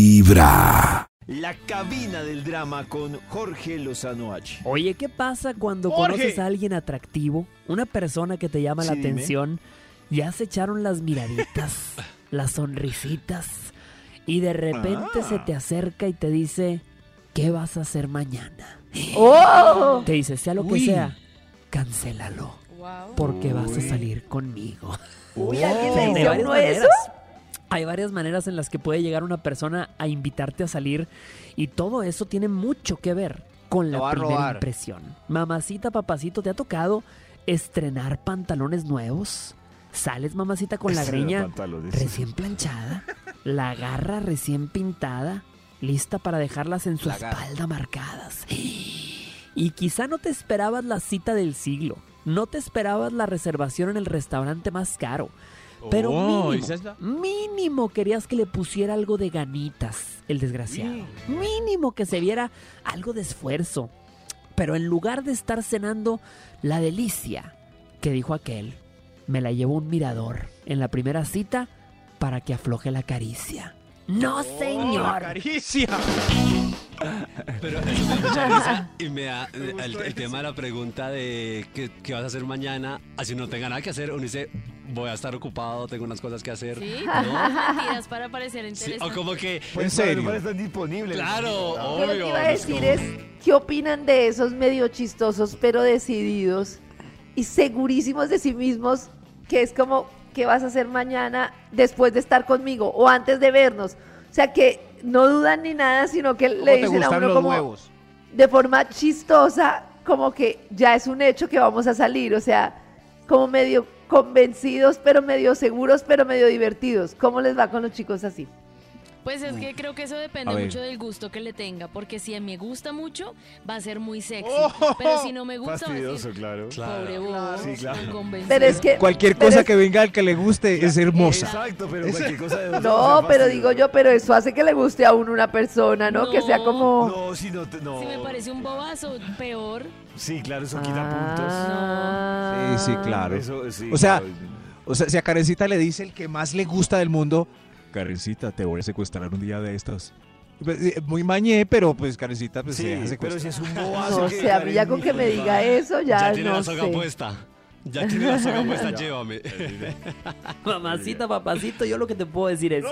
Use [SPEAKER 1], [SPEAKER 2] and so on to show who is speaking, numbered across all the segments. [SPEAKER 1] Vibra.
[SPEAKER 2] La cabina del drama con Jorge Lozano H.
[SPEAKER 3] Oye, ¿qué pasa cuando
[SPEAKER 2] Jorge.
[SPEAKER 3] conoces a alguien atractivo? Una persona que te llama la
[SPEAKER 2] Sí, dime.
[SPEAKER 3] atención. Ya se echaron las miraditas, las sonrisitas. Y de repente
[SPEAKER 2] Ah.
[SPEAKER 3] se te acerca y te dice, ¿qué vas a hacer mañana?
[SPEAKER 4] ¡Oh!
[SPEAKER 3] Te dice, sea lo que
[SPEAKER 5] Uy.
[SPEAKER 3] sea, cancélalo. Porque vas a salir conmigo.
[SPEAKER 4] Uy, ¿alguien
[SPEAKER 3] Sí,
[SPEAKER 4] le
[SPEAKER 3] de
[SPEAKER 4] hizo
[SPEAKER 3] varias
[SPEAKER 4] uno eso?
[SPEAKER 3] maneras. Hay varias maneras en las que puede llegar una persona a invitarte a salir y todo eso tiene mucho que ver con
[SPEAKER 5] Lo va
[SPEAKER 3] la
[SPEAKER 5] a
[SPEAKER 3] primera
[SPEAKER 5] robar.
[SPEAKER 3] impresión. Mamacita, papacito, ¿te ha tocado estrenar pantalones nuevos? ¿Sales, mamacita, con la greña recién planchada? ¿La garra recién pintada? ¿Lista para dejarlas en su
[SPEAKER 5] La garra.
[SPEAKER 3] espalda marcadas? Y quizá no te esperabas la cita del siglo. No te esperabas la reservación en el restaurante más caro. Pero
[SPEAKER 5] Oh,
[SPEAKER 3] mínimo,
[SPEAKER 5] ¿esa es la-
[SPEAKER 3] mínimo querías que le pusiera algo de ganitas el desgraciado. Mínimo que se viera algo de esfuerzo. Pero en lugar de estar cenando la delicia que dijo aquel, me la llevó un mirador en la primera cita para que afloje la caricia. No,
[SPEAKER 5] ¡Oh,
[SPEAKER 3] señor.
[SPEAKER 5] caricia!
[SPEAKER 6] Pero eso me da mucha risa y me da el, el tema de la pregunta de qué, qué vas a hacer mañana. Así no tenga nada que hacer, uno dice, voy a estar ocupado, tengo unas cosas que hacer.
[SPEAKER 7] Sí,
[SPEAKER 6] ¿No?
[SPEAKER 7] mentiras para parecer
[SPEAKER 6] Sí,
[SPEAKER 7] interesante.
[SPEAKER 6] o como que,
[SPEAKER 2] Pues
[SPEAKER 1] En serio.
[SPEAKER 2] Están disponibles.
[SPEAKER 6] claro,
[SPEAKER 2] Ah,
[SPEAKER 4] Yo lo que
[SPEAKER 6] obvio.
[SPEAKER 4] iba a decir es, ¿qué opinan de esos medio chistosos pero decididos y segurísimos de sí mismos? Que es como, ¿qué vas a hacer mañana después de estar conmigo o antes de vernos? O sea, que no dudan ni nada, sino que
[SPEAKER 5] ¿Cómo
[SPEAKER 4] le
[SPEAKER 5] te
[SPEAKER 4] dicen a
[SPEAKER 5] gustan
[SPEAKER 4] uno
[SPEAKER 5] los
[SPEAKER 4] como
[SPEAKER 5] huevos?
[SPEAKER 4] de forma chistosa, como que ya es un hecho que vamos a salir. O sea, como medio convencidos, pero medio seguros, pero medio divertidos. ¿Cómo les va con los chicos así?
[SPEAKER 7] Pues es que creo que eso depende
[SPEAKER 5] A ver.
[SPEAKER 7] mucho del gusto que le tenga, porque si me gusta mucho, va a ser muy sexy.
[SPEAKER 2] Oh,
[SPEAKER 7] pero si no me gusta, va a
[SPEAKER 2] Fastidioso,
[SPEAKER 7] decir,
[SPEAKER 2] claro.
[SPEAKER 7] pobre bobo,
[SPEAKER 2] Sí, claro.
[SPEAKER 7] inconvencido".
[SPEAKER 4] Pero es que.
[SPEAKER 5] Cualquier
[SPEAKER 4] Pero
[SPEAKER 5] cosa
[SPEAKER 4] es-
[SPEAKER 5] que venga al que le guste es hermosa.
[SPEAKER 2] Exacto, pero cualquier cosa de
[SPEAKER 4] No, pero digo yo, pero eso hace que le guste a uno una persona, ¿no? Que sea
[SPEAKER 7] No.
[SPEAKER 4] como.
[SPEAKER 2] No, si no. te- no.
[SPEAKER 7] Si me parece un bobazo, peor.
[SPEAKER 2] Sí, claro, eso quita
[SPEAKER 4] Ah.
[SPEAKER 5] Sí, sí, claro.
[SPEAKER 2] puntos. Eso, eh, sí,
[SPEAKER 5] O sea,
[SPEAKER 2] claro.
[SPEAKER 5] O sea, si a Karencita le dice el que más le gusta del mundo, Karencita, te voy a secuestrar un día de estos. Pues, eh, Muy mañé, pero pues Karencita pues, se
[SPEAKER 2] Sí,
[SPEAKER 5] deja
[SPEAKER 2] pero
[SPEAKER 5] secuestrar.
[SPEAKER 2] si es un bobazo.
[SPEAKER 4] No sé, a mí ya con que me diga eso,
[SPEAKER 6] Ya
[SPEAKER 4] ya,
[SPEAKER 6] tiene
[SPEAKER 4] no
[SPEAKER 6] la soga
[SPEAKER 4] sé.
[SPEAKER 6] puesta. Ya tiene la soga puesta, llévame.
[SPEAKER 3] Mamacita, papacito, yo lo que te puedo decir es,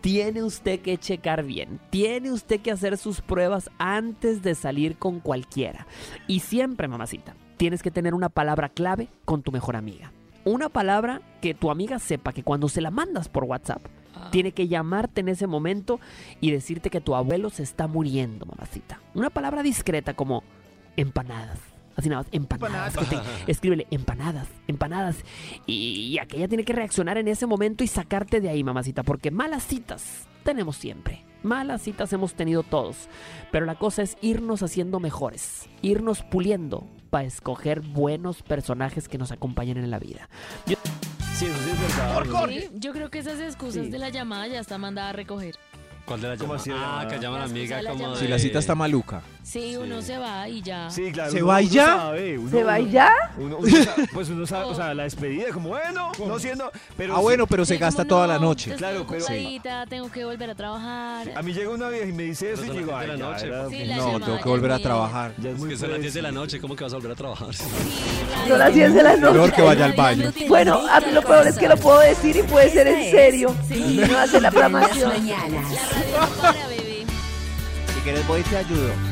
[SPEAKER 3] tiene usted que checar bien, tiene usted que hacer sus pruebas antes de salir con cualquiera. Y siempre, mamacita, tienes que tener una palabra clave con tu mejor amiga. Una palabra que tu amiga sepa que cuando se la mandas por WhatsApp,
[SPEAKER 7] Ah.
[SPEAKER 3] tiene que llamarte en ese momento y decirte que tu abuelo se está muriendo, mamacita. Una palabra discreta como empanadas. Así nada más, empanadas. que te- escríbele empanadas, empanadas. Y, y aquella tiene que reaccionar en ese momento y sacarte de ahí, mamacita, porque malas citas tenemos siempre. Malas citas hemos tenido todos. Pero la cosa es irnos haciendo mejores, irnos puliendo para escoger buenos personajes que nos acompañen en la vida.
[SPEAKER 2] Sí, eso sí es verdad. ¿no?
[SPEAKER 7] Sí, yo creo que esas excusas
[SPEAKER 2] Sí.
[SPEAKER 7] de la llamada ya está mandada a recoger.
[SPEAKER 6] ¿Cuál de la
[SPEAKER 2] ¿Cómo
[SPEAKER 6] llama?
[SPEAKER 2] así la
[SPEAKER 6] Ah,
[SPEAKER 2] llamada?
[SPEAKER 6] que llama la
[SPEAKER 7] Las
[SPEAKER 6] amiga
[SPEAKER 7] cosas de la
[SPEAKER 6] como
[SPEAKER 7] llamada.
[SPEAKER 5] Si la cita está maluca.
[SPEAKER 7] Sí, uno se va y ya.
[SPEAKER 2] Sí, claro.
[SPEAKER 5] ¿Se
[SPEAKER 2] uno-
[SPEAKER 5] va
[SPEAKER 2] uno
[SPEAKER 5] ya?
[SPEAKER 2] sabe, uno-
[SPEAKER 4] ¿Se va
[SPEAKER 2] uno-
[SPEAKER 4] ya?
[SPEAKER 2] uno- uno sa- pues uno sabe, o sea, la despedida, como bueno, no siendo. Pero
[SPEAKER 5] Ah,
[SPEAKER 2] sí.
[SPEAKER 5] bueno, pero
[SPEAKER 7] Sí,
[SPEAKER 5] se gasta
[SPEAKER 7] como,
[SPEAKER 5] toda la
[SPEAKER 7] "No,
[SPEAKER 5] noche.
[SPEAKER 7] estoy
[SPEAKER 2] Claro, pero-
[SPEAKER 7] ocupadita, Tengo que volver a trabajar.
[SPEAKER 2] A mí llega una vieja y me dice eso y
[SPEAKER 6] Pero son
[SPEAKER 2] digo,
[SPEAKER 6] las
[SPEAKER 2] ay,
[SPEAKER 6] diez de la
[SPEAKER 2] ya,
[SPEAKER 6] noche,
[SPEAKER 2] era-
[SPEAKER 6] pues.
[SPEAKER 7] Sí, la
[SPEAKER 5] No,
[SPEAKER 7] llamada
[SPEAKER 5] tengo
[SPEAKER 7] ya
[SPEAKER 5] que volver a
[SPEAKER 7] es muy-
[SPEAKER 5] trabajar.
[SPEAKER 2] ya es
[SPEAKER 6] Es
[SPEAKER 2] muy
[SPEAKER 6] que son las 10 de la
[SPEAKER 2] predecible.
[SPEAKER 6] noche, ¿cómo que vas a volver a trabajar?
[SPEAKER 4] Son las 10 de la noche.
[SPEAKER 5] Peor que vaya al baño.
[SPEAKER 4] Bueno, a mí lo peor es que lo puedo decir y puede ser en serio. No hace la programación.
[SPEAKER 8] mañanas.
[SPEAKER 7] La radio es para bebé.
[SPEAKER 5] Si quieres voy y te ayudo.